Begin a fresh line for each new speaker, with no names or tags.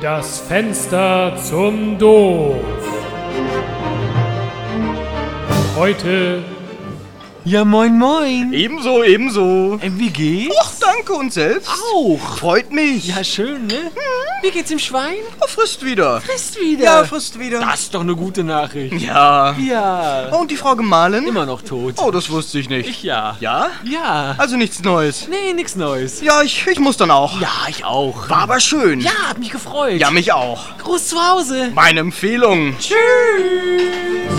Das Fenster zum Doof. Heute
Ja, moin, moin. Äh,
Ebenso, ebenso.
MWG?
Ach, danke und selbst.
Auch.
Freut mich.
Ja, schön, ne? Wie geht's dem Schwein?
Oh, frisst wieder.
Frisst wieder.
Ja, frisst wieder.
Das ist doch eine gute Nachricht.
Ja.
Ja.
Oh, und die Frau Gemahlin?
Immer noch tot.
Oh, das wusste ich nicht.
Ich ja.
Ja?
Ja.
Also nichts Neues.
Nee, nix Neues.
Ja, ich, ich muss dann auch.
Ja, ich auch.
War aber schön.
Ja, hab mich gefreut.
Ja, mich auch.
Gruß zu Hause.
Meine Empfehlung.
Tschüss.